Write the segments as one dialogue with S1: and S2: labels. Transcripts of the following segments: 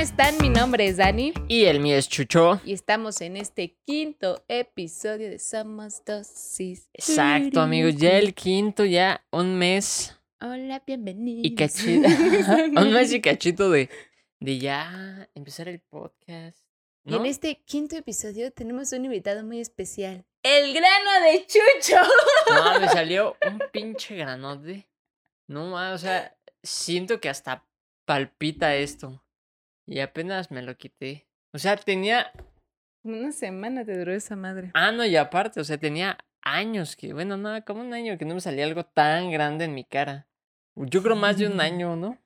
S1: están? Mi nombre es Dani
S2: Y el mío es Chucho.
S1: y estamos en este quinto episodio de Somos Dosis.
S2: Exacto, amigos. Ya el quinto, ya un mes
S1: Hola, bienvenidos.
S2: y cachito. un mes y cachito de, de ya empezar el podcast.
S1: Y
S2: ¿no?
S1: en este quinto episodio tenemos un invitado muy especial. El grano de Chucho.
S2: No, me salió un pinche granote. No, ma, o sea, siento que hasta palpita esto. Y apenas me lo quité. O sea, tenía
S1: Una semana te duró esa madre.
S2: Ah, no, y aparte, o sea, tenía años que, bueno, no, como un año que no me salía algo tan grande en mi cara. Yo creo más de un año, ¿no?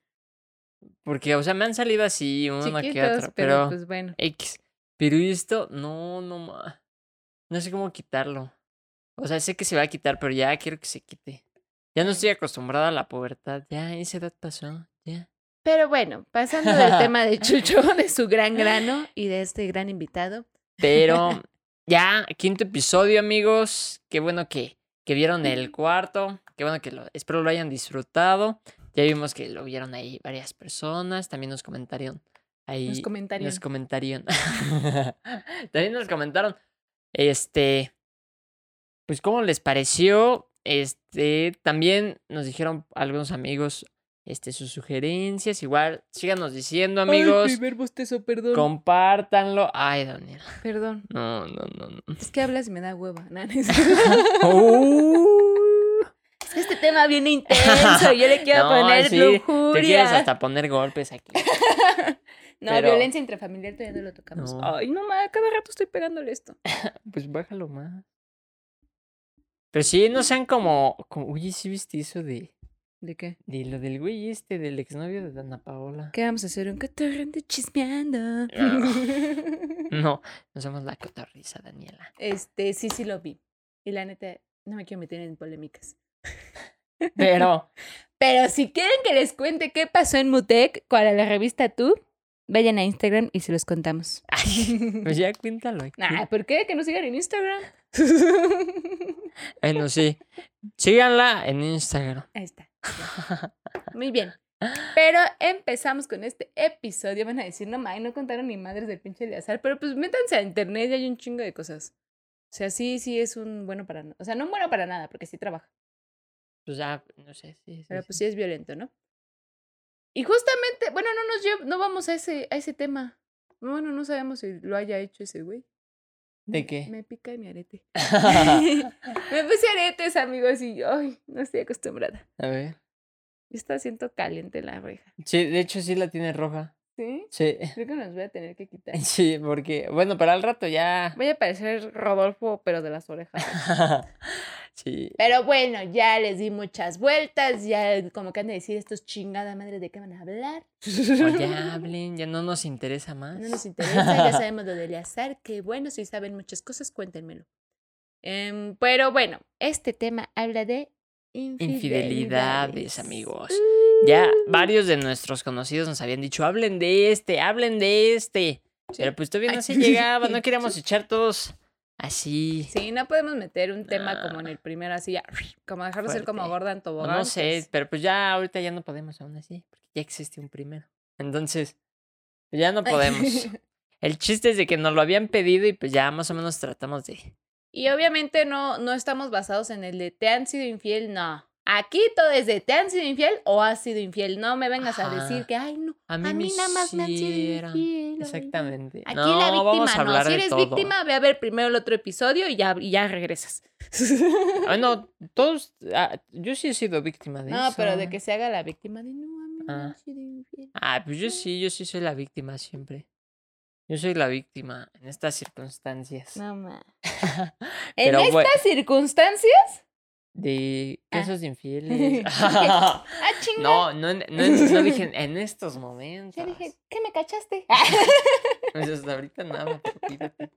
S2: Porque, o sea, me han salido así una que
S1: Chiquitos,
S2: otra,
S1: pero
S2: pero
S1: pues bueno.
S2: X. Pero esto, no, no, ma. No sé cómo quitarlo. O sea, sé que se va a quitar, pero ya quiero que se quite. Ya no estoy acostumbrada a la pubertad. Ya, esa edad pasó. Ya.
S1: Pero bueno, pasando del tema de Chucho, de su gran grano y de este gran invitado.
S2: Pero ya, quinto episodio, amigos. Qué bueno que, que vieron el cuarto. Qué bueno que lo, espero lo hayan disfrutado. Ya vimos que lo vieron ahí varias personas. También nos comentaron ahí.
S1: Los comentarios.
S2: Nos comentaron. También nos comentaron. Este. Pues, ¿cómo les pareció? Este. También nos dijeron algunos amigos. Este, sus sugerencias. Igual, síganos diciendo, amigos.
S1: primer bostezo, perdón.
S2: Compártanlo. Ay, Daniel.
S1: Perdón.
S2: No, no, no, no.
S1: Es que hablas y me da hueva. No, no es- Oh.
S2: Uh,
S1: Es que este tema viene intenso. Yo le quiero
S2: No,
S1: poner
S2: sí, te te
S1: lujuria.
S2: quieres hasta poner golpes aquí.
S1: No,
S2: pero-
S1: violencia intrafamiliar todavía no lo tocamos.
S2: No.
S1: Ay, no, ma, cada rato estoy pegándole esto.
S2: Pues bájalo más. Pero sí, no sean como, como uy, sí viste eso de,
S1: ¿De qué?
S2: de lo del güey este, del exnovio de Dana Paola.
S1: ¿Qué vamos a hacer? Un catorrón de chismeando.
S2: No, no somos la cotorriza, Daniela.
S1: este, sí, sí lo vi. Y la neta, no me quiero meter en polémicas.
S2: Pero,
S1: Pero si quieren que les cuente qué pasó en Mutec para la revista Tú, vayan a Instagram y se los contamos.
S2: pues ya cuéntalo aquí.
S1: Nah, ¿por qué? Que nos sigan en Instagram.
S2: Bueno, sí. Síganla en Instagram.
S1: Ahí está. ya. Muy bien. Pero empezamos con este episodio. Van a decir, no, ma, no contaron ni madres del pinche Eleazar. Pero pues métanse a internet y hay un chingo de cosas. O sea, sí, sí es un bueno para nada. O sea, no un bueno para nada, porque sí trabaja.
S2: Pues ya, no sé. Sí, sí,
S1: Pero
S2: sí.
S1: pues sí es violento, ¿no? Y justamente, bueno, no nos llev- no vamos a ese, a ese tema. Bueno, no sabemos si lo haya hecho ese güey.
S2: ¿De qué? Ah.
S1: Me pica mi arete. me puse aretes, amigos, y yo, ay, no estoy acostumbrada.
S2: A ver.
S1: Está siento caliente la oreja.
S2: Sí, de hecho sí la tiene roja.
S1: ¿Sí?
S2: Sí.
S1: Creo que nos voy a tener que quitar.
S2: Sí, porque, bueno, para el rato ya.
S1: Voy a parecer Rodolfo, pero de las orejas.
S2: sí.
S1: Pero bueno, ya les di muchas vueltas, ya como que han de decir estos chingada madre de qué van a hablar.
S2: O ya hablen, ya no nos interesa más.
S1: No nos interesa, ya sabemos lo de Eleazar, que bueno, si saben muchas cosas, cuéntenmelo. Em, pero bueno, este tema habla de infidelidades, Uh.
S2: Infidelidades, amigos. Ya varios de nuestros conocidos nos habían dicho, hablen de este, hablen de este. Pero pues todavía no
S1: Ay.
S2: se llegaba, no queríamos echar todos así.
S1: Sí, no podemos meter un tema como en
S2: No.
S1: el primero, así ya, como dejarlo ser como
S2: Fuerte.
S1: gorda en
S2: O
S1: tobogán.
S2: no sé,
S1: pues,
S2: pero pues ya ahorita ya no podemos aún así, porque ya existe un primero. Entonces, pues, ya no podemos. El chiste es de que nos lo habían pedido y pues ya más o menos tratamos de...
S1: Y obviamente no, no estamos basados en el de te han sido infiel, no. Aquí todo es de te han sido infiel o has sido infiel. No me vengas a
S2: Ajá.
S1: decir que, ay, no,
S2: A
S1: a
S2: mí,
S1: mí,
S2: me
S1: nada más me han sido
S2: hicieron".
S1: infiel. ay, no".
S2: Exactamente.
S1: Aquí
S2: No,
S1: la víctima
S2: vamos a hablar
S1: no. Si
S2: de
S1: eres
S2: todo.
S1: víctima, ve a ver primero el otro episodio y ya, y ya regresas.
S2: Bueno, Ah, todos. ah, yo sí he sido víctima de
S1: no,
S2: eso.
S1: pero de que se haga la víctima de no, a mí me han
S2: Ah.
S1: sido infiel".
S2: Ah, pues yo sí, yo sí soy la víctima siempre. Yo soy la víctima en estas circunstancias.
S1: No, ma. En
S2: Pero
S1: estas
S2: bueno,
S1: circunstancias,
S2: de
S1: Ah.
S2: casos de infieles.
S1: ah, chinga.
S2: no, no, en- no, en- no dije en estos momentos.
S1: Yo dije, ¿qué me cachaste?
S2: Pues hasta ahorita nada, pero cuídate.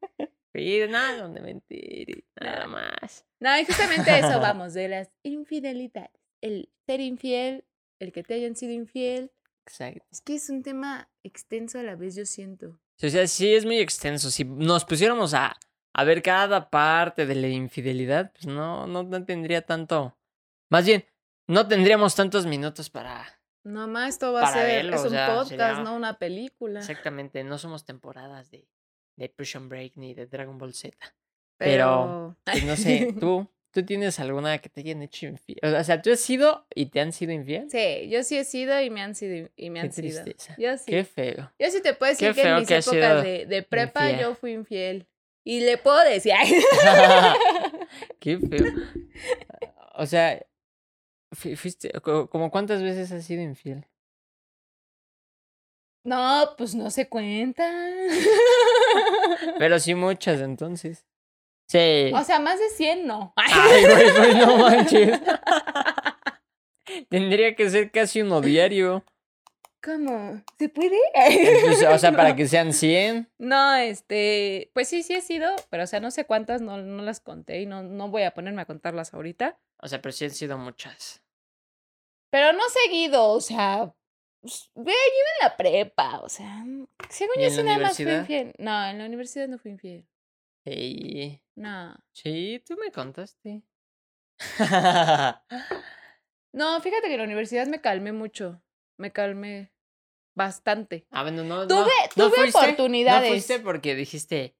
S2: Cuida, nada donde mentir, nada más.
S1: no, y justamente a eso vamos, de las infidelidades. El ser infiel, el que te hayan sido infiel.
S2: Exacto.
S1: Es que es un tema extenso a la vez, yo siento.
S2: Sí, O sea, sí es muy extenso. Si nos pusiéramos a, a ver cada parte de la infidelidad, pues no, no, no tendría tanto. Más bien, no tendríamos tantos minutos para,
S1: No más, esto va a
S2: Para
S1: ser
S2: verlo,
S1: es
S2: o
S1: un
S2: sea,
S1: podcast,
S2: sería-
S1: no una película.
S2: Exactamente, no somos temporadas de, de Push and Break ni de Dragon Ball Z.
S1: Pero,
S2: Pues no sé, tú, tú tienes alguna que te hayan hecho infiel. O sea, tú has sido y te han sido infiel.
S1: sí, yo sí he sido y me han sido y me
S2: Qué
S1: han sido.
S2: tristeza.
S1: Yo sí.
S2: Qué feo.
S1: Yo sí te puedo decir
S2: Qué
S1: que en
S2: feo
S1: mis
S2: que has sido
S1: épocas de, de prepa
S2: infiel.
S1: yo fui infiel. Y le puedo decir, ay,
S2: Qué feo. Ah, O sea, fui- fuiste, co- como cuántas veces has sido infiel.
S1: no, pues no se cuenta.
S2: Pero sí muchas entonces. Sí.
S1: o sea, más de 100 no.
S2: Ay, güey, pues no manches. Tendría que ser casi uno diario.
S1: ¿Cómo? ¿Se puede?
S2: Pues, o sea, para
S1: No.
S2: que sean 100.
S1: No, este, pues sí, sí he sido, pero o sea, no sé cuántas, no, no las conté y no, no voy a ponerme a contarlas ahorita.
S2: O sea, pero sí han sido muchas.
S1: Pero no seguido, o sea, pues, güey, yo iba en la prepa, o sea, según
S2: ¿Y
S1: yo
S2: en la
S1: sí nada más fui
S2: universidad?
S1: infiel. No, en la universidad no fui infiel.
S2: Sí.
S1: No.
S2: Sí, tú me contaste. Ah,
S1: No, fíjate que en la universidad me calmé mucho. Me calmé bastante.
S2: Ah, bueno, no. no-
S1: Tuve-
S2: no
S1: tuve
S2: fuiste,
S1: oportunidades.
S2: No fuiste porque dijiste.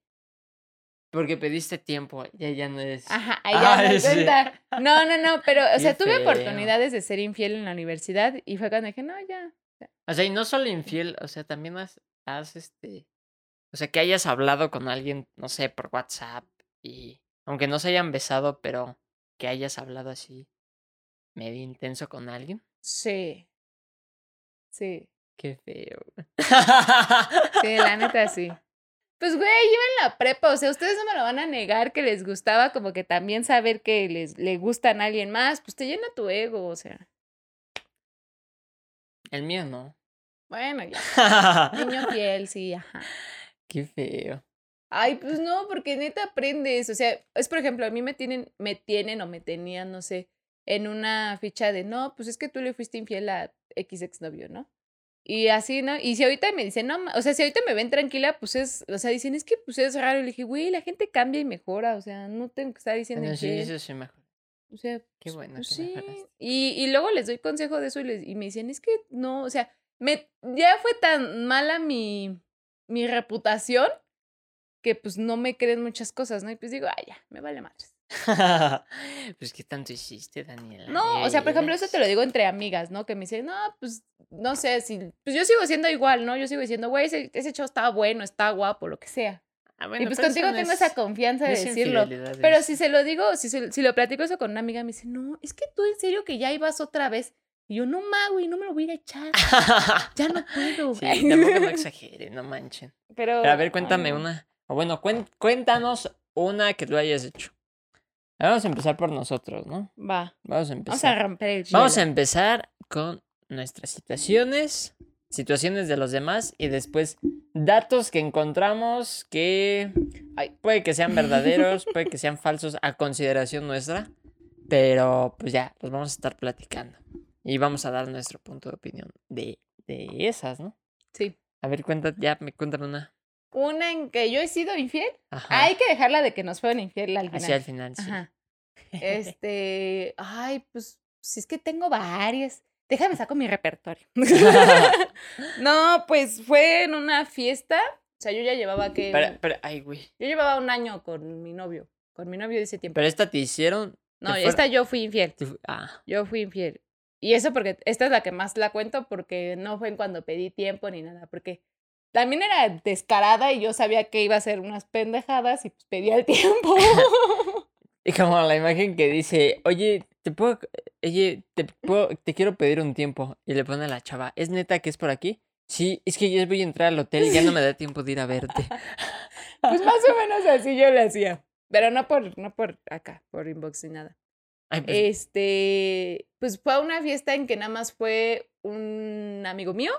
S2: Porque pediste tiempo. Ya, ya no es.
S1: Ajá, ahí ya
S2: Ay,
S1: me
S2: sí.
S1: cuenta. No, no, no, pero, o
S2: Qué
S1: sea, tuve
S2: feo.
S1: oportunidades de ser infiel en la universidad y fue cuando dije, no, ya.
S2: O sea, y no solo infiel, o sea, también has, has, este. O sea, que hayas hablado con alguien, no sé, por WhatsApp. Y. Aunque no se hayan besado, pero que hayas hablado así. Medio intenso con alguien.
S1: Sí. Sí.
S2: Qué feo.
S1: Sí, la neta sí. Pues, güey, iba en la prepa, o sea, ustedes no me lo van a negar que les gustaba como que también saber que les le gustan a alguien más, pues te llena tu ego, o sea.
S2: El mío no.
S1: Bueno, ya. Niño fiel, sí, ajá.
S2: Qué feo.
S1: Ay, pues no, porque neta aprendes. O sea, es por ejemplo, a mí me tienen, me tienen o me tenían, no sé, en una ficha de no, pues es que tú le fuiste infiel a X exnovio, ¿no? Y así, ¿no? Y si ahorita me dicen, no, ma- o sea, si ahorita me ven tranquila, pues es, o sea, dicen, es que pues es raro. Y le dije, güey, la gente cambia y mejora, o sea, no tengo que estar diciendo
S2: Bueno, sí,
S1: infiel.
S2: eso sí mejor.
S1: O sea,
S2: Qué
S1: pues-
S2: bueno
S1: pues
S2: que
S1: sí.
S2: mejoraste.
S1: Y, y luego les doy consejo de eso y, les, y me dicen, es que no, o sea, me, ya fue tan mala mi, mi reputación que pues no me creen muchas cosas, ¿no? Y pues digo, ay, ya, me vale madres.
S2: pues qué tanto hiciste, Daniela.
S1: No, o sea, por ejemplo, eso te lo digo entre amigas, ¿no? Que me dicen, no, pues no sé, si, pues yo sigo siendo igual, ¿no? Yo sigo diciendo, güey, ese, ese show está bueno, está guapo, lo que sea.
S2: ah,
S1: y pues contigo tengo esa confianza de decirlo. Pero si se lo digo, si, se- si lo platico eso con una amiga, me dice, no, es que tú en serio que ya ibas otra vez. Y yo, no, ma, güey, no me lo voy a ir a echar. Ya no puedo.
S2: sí, tampoco no exageren, no manchen.
S1: Pero,
S2: Pero a ver, cuéntame
S1: ay, no.
S2: una. O bueno, cuen- cuéntanos una que tú hayas hecho. Vamos a empezar por nosotros, ¿no?
S1: Va,
S2: Vamos a
S1: vamos a
S2: empezar.
S1: romper el hielo.
S2: Vamos a empezar con nuestras situaciones, situaciones de los demás y después datos que encontramos que
S1: Ay.
S2: puede que sean verdaderos, puede que sean falsos a consideración nuestra, pero pues ya, los vamos a estar platicando y vamos a dar nuestro punto de opinión de, de esas, ¿no?
S1: Sí.
S2: A ver, cuéntate, ya me cuentan una.
S1: Una en que yo he sido infiel.
S2: Ajá.
S1: Hay que dejarla de que nos fueron infiel al final.
S2: Hacia el final, sí.
S1: Ajá. Este, ay, pues, si es que tengo varias. Déjame saco mi repertorio. no, pues fue en una fiesta. O sea, yo ya llevaba que.
S2: Pero, pero, ay, güey.
S1: Yo llevaba un año con mi novio, con mi novio de ese tiempo.
S2: Pero esta te hicieron.
S1: no,
S2: te fueron-
S1: esta yo fui infiel,
S2: te fu- Ah,
S1: yo fui infiel. Y eso porque esta es la que más la cuento porque no fue en cuando pedí tiempo ni nada, porque también era descarada y yo sabía que iba a ser unas pendejadas y pues pedía el tiempo.
S2: Y como la imagen que dice, oye, te puedo, oye, te puedo, te quiero pedir un tiempo. Y le pone a la chava, ¿es neta que es por aquí? Sí, es que ya voy a entrar al hotel y ya no me da tiempo de ir a verte.
S1: pues más o menos así yo le hacía, pero no por no por acá, por inbox ni nada.
S2: Ay, pues,
S1: Eh, Este, pues fue a una fiesta en que nada más fue un amigo mío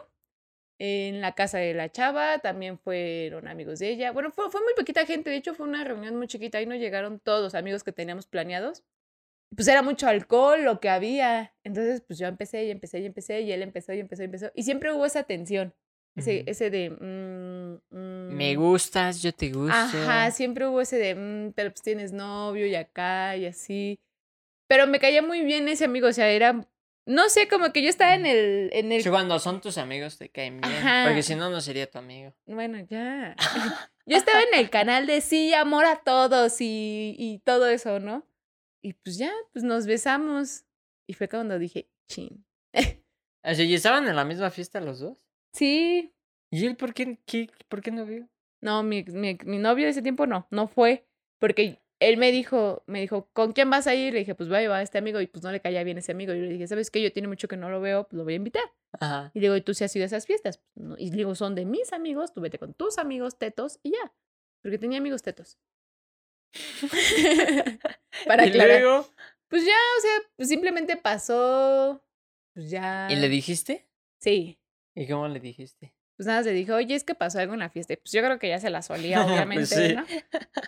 S1: en la casa de la chava, también fueron amigos de ella. Bueno, fue, fue muy poquita gente, de hecho fue una reunión muy chiquita y no llegaron todos los amigos que teníamos planeados. Pues era mucho alcohol lo que había. Entonces, pues yo empecé y empecé y empecé y él empezó y empezó y empezó. Y siempre hubo esa tensión, ese,
S2: ujú.
S1: ese de... mm, mm,
S2: Me gustas, yo te gusto.
S1: Ajá, siempre hubo ese de, "Mm, pero pues tienes novio y acá y así. Pero me caía muy bien ese amigo, o sea, era No sé, como que yo estaba en el. En el
S2: Sí, cuando son tus amigos te caen bien.
S1: Ajá.
S2: Porque si no, no sería tu amigo.
S1: Bueno, ya. Yo estaba en el canal de sí, amor a todos y, y todo eso, ¿no? Y pues ya, pues nos besamos. Y fue cuando dije, chin.
S2: O sea, ¿y estaban en la misma fiesta los dos?
S1: Sí.
S2: ¿Y él por qué, qué- por qué no vio?
S1: No, mi, mi, mi novio de ese tiempo no, no fue. Porque él me dijo, me dijo, ¿con quién vas a ir? Le dije, pues va a llevar a este amigo. Y pues no le caía bien ese amigo. Y yo le dije, ¿sabes qué? Yo tiene mucho que no lo veo, pues lo voy a invitar.
S2: Ajá.
S1: Y le digo, ¿y tú sí has ido a esas fiestas? No, Y le digo, son de mis amigos, tú vete con tus amigos tetos y ya. Porque tenía amigos tetos. Para
S2: y
S1: aclarar.
S2: luego...
S1: Pues ya, o sea, pues simplemente pasó. Pues ya.
S2: ¿Y le dijiste?
S1: Sí.
S2: ¿Y cómo le dijiste?
S1: Pues nada, se dijo, oye, es que pasó algo en la fiesta. Y Pues yo creo que ya se la solía,
S2: Pues
S1: obviamente,
S2: sí.
S1: ¿no?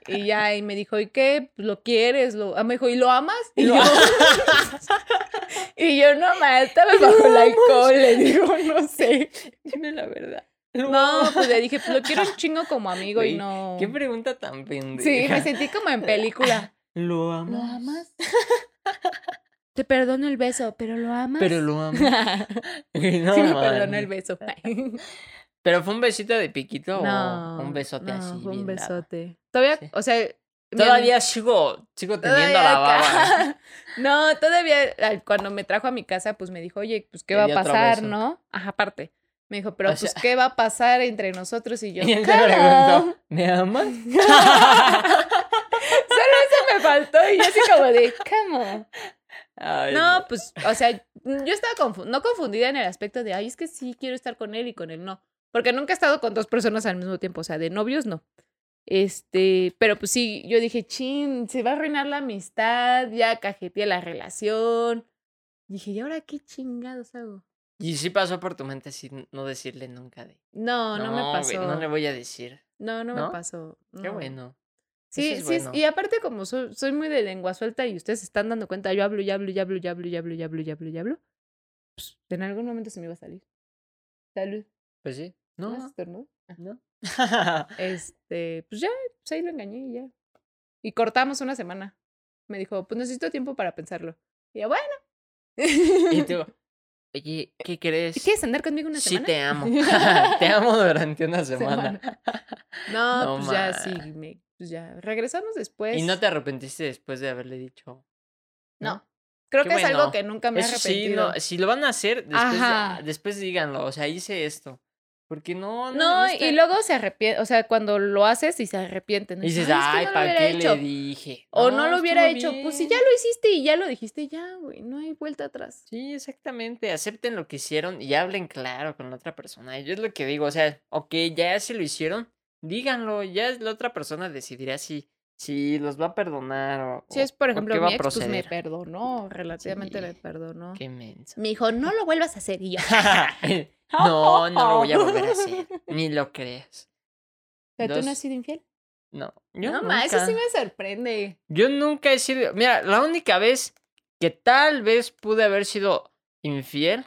S1: Y ya, y me dijo, ¿y qué? Pues lo quieres, lo... ah, me dijo, ¿y lo amas? Y,
S2: Lo
S1: yo, y yo, no, ma, estaba bajo el alcohol, le digo, no sé.
S2: Dime la verdad.
S1: No, pues le dije, pues lo quiero un chingo como amigo y
S2: Güey,
S1: no.
S2: ¿Qué pregunta tan pendeja?
S1: Sí, me sentí como en película.
S2: ¿Lo amas?
S1: Te perdono el beso, pero lo amas.
S2: Pero lo
S1: sí,
S2: amas.
S1: me
S2: No,
S1: perdonó
S2: man.
S1: el beso.
S2: ¿Pero fue un besito de piquito
S1: No.
S2: o un besote
S1: no,
S2: así?
S1: Fue un
S2: bien dado?
S1: besote. Todavía,
S2: Sí.
S1: o sea. me-
S2: Todavía sigo, sigo teniendo
S1: todavía
S2: la baba.
S1: acá. No, todavía al- cuando me trajo a mi casa, pues me dijo, oye, pues qué
S2: Te
S1: va a
S2: dio otro
S1: pasar,
S2: beso.
S1: ¿no? Ajá, aparte. Me dijo, pero
S2: O
S1: pues
S2: sea-
S1: qué va a pasar entre nosotros y yo.
S2: Y él te
S1: "Claro".
S2: preguntó, ¿me amas?
S1: me faltó y yo así como de, ¿cómo?
S2: Ay,
S1: No, pues, o sea, yo estaba confu- no confundida en el aspecto de, ay, es que sí quiero estar con él y con él no. Porque nunca he estado con dos personas al mismo tiempo, o sea, de novios no. Este, pero pues sí, yo dije, chin, se va a arruinar la amistad, ya cajeteé la relación. Dije, ¿y ahora qué chingados hago?
S2: Y sí pasó por tu mente así no decirle nunca de.
S1: No, no, me
S2: güey,
S1: pasó.
S2: no le voy a decir.
S1: no, no,
S2: ¿no?
S1: me pasó.
S2: Qué
S1: no.
S2: bueno.
S1: Sí,
S2: Eso es
S1: sí, es-
S2: bueno.
S1: y aparte como soy, soy muy de lengua suelta y ustedes se están dando cuenta, yo hablo, y hablo, y hablo, y hablo, y hablo, y hablo, y hablo, y hablo. Pues, en algún momento se me iba a salir. Salud.
S2: Pues sí.
S1: ¿No?
S2: No,
S1: estornudo?
S2: no.
S1: Este, pues ya, pues ahí lo engañé y ya. Y cortamos una semana. Me dijo, pues necesito tiempo para pensarlo. Y yo, bueno.
S2: y tú, oye, ¿qué crees?
S1: ¿Quieres andar conmigo una
S2: sí
S1: semana?
S2: te amo. te amo durante una semana.
S1: No,
S2: No,
S1: pues
S2: ma.
S1: ya, sí, me- pues ya. Regresamos después.
S2: ¿Y no te arrepentiste después de haberle dicho?
S1: No, Creo
S2: Qué
S1: que es algo
S2: bueno.
S1: que nunca me he
S2: Eso sí,
S1: arrepentido.
S2: no, si lo van a hacer, después,
S1: Ajá.
S2: después díganlo. O sea, hice esto. Porque no.
S1: No,
S2: me gusta.
S1: y luego se arrepiente, o sea, cuando lo haces y se arrepienten. ¿no?
S2: Y dices,
S1: es que
S2: ay,
S1: no lo
S2: ¿para
S1: hubiera
S2: qué
S1: hecho".
S2: le dije?
S1: O no, lo hubiera
S2: estuvo
S1: hecho. Pues si ya
S2: bien.
S1: lo hiciste y ya lo dijiste, ya, güey, no hay vuelta atrás.
S2: Sí, exactamente. Acepten lo que hicieron y hablen claro con la otra persona. Yo es lo que digo, o sea, ok, ya si lo hicieron, díganlo. Ya es- la otra persona decidirá si, si los va a perdonar o.
S1: Si
S2: o-
S1: es, por
S2: o
S1: ejemplo,
S2: qué va
S1: mi
S2: a
S1: ex, pues me
S2: proceder.
S1: perdonó, relativamente
S2: Sí.
S1: me perdonó.
S2: Qué menso.
S1: Me dijo, no lo vuelvas a hacer. Y yo,
S2: no, no lo voy a volver a hacer. Ni lo creas.
S1: ¿pero tú no
S2: Dos.
S1: has sido infiel?
S2: No, yo
S1: no,
S2: nunca.
S1: ma, eso sí me sorprende.
S2: Yo nunca he sido. Mira, la única vez que tal vez pude haber sido infiel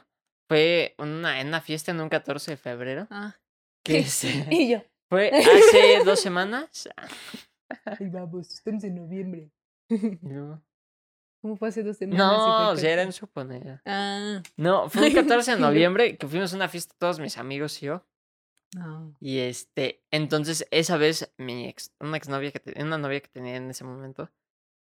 S2: fue una, en una fiesta en un 14 de febrero.
S1: Ah,
S2: Que se-
S1: y yo,
S2: fue hace dos semanas. ah,
S1: ay, vamos, estamos en noviembre.
S2: No,
S1: ¿Cómo fue hace dos semanas?
S2: no o
S1: si
S2: sea,
S1: fue
S2: era
S1: que-
S2: en suponer.
S1: Ah,
S2: No, fue un 14 de
S1: Y yo-
S2: noviembre que fuimos a una fiesta todos mis amigos y yo.
S1: no.
S2: Y este, entonces esa vez mi ex, una exnovia que tenía, una novia que tenía en ese momento,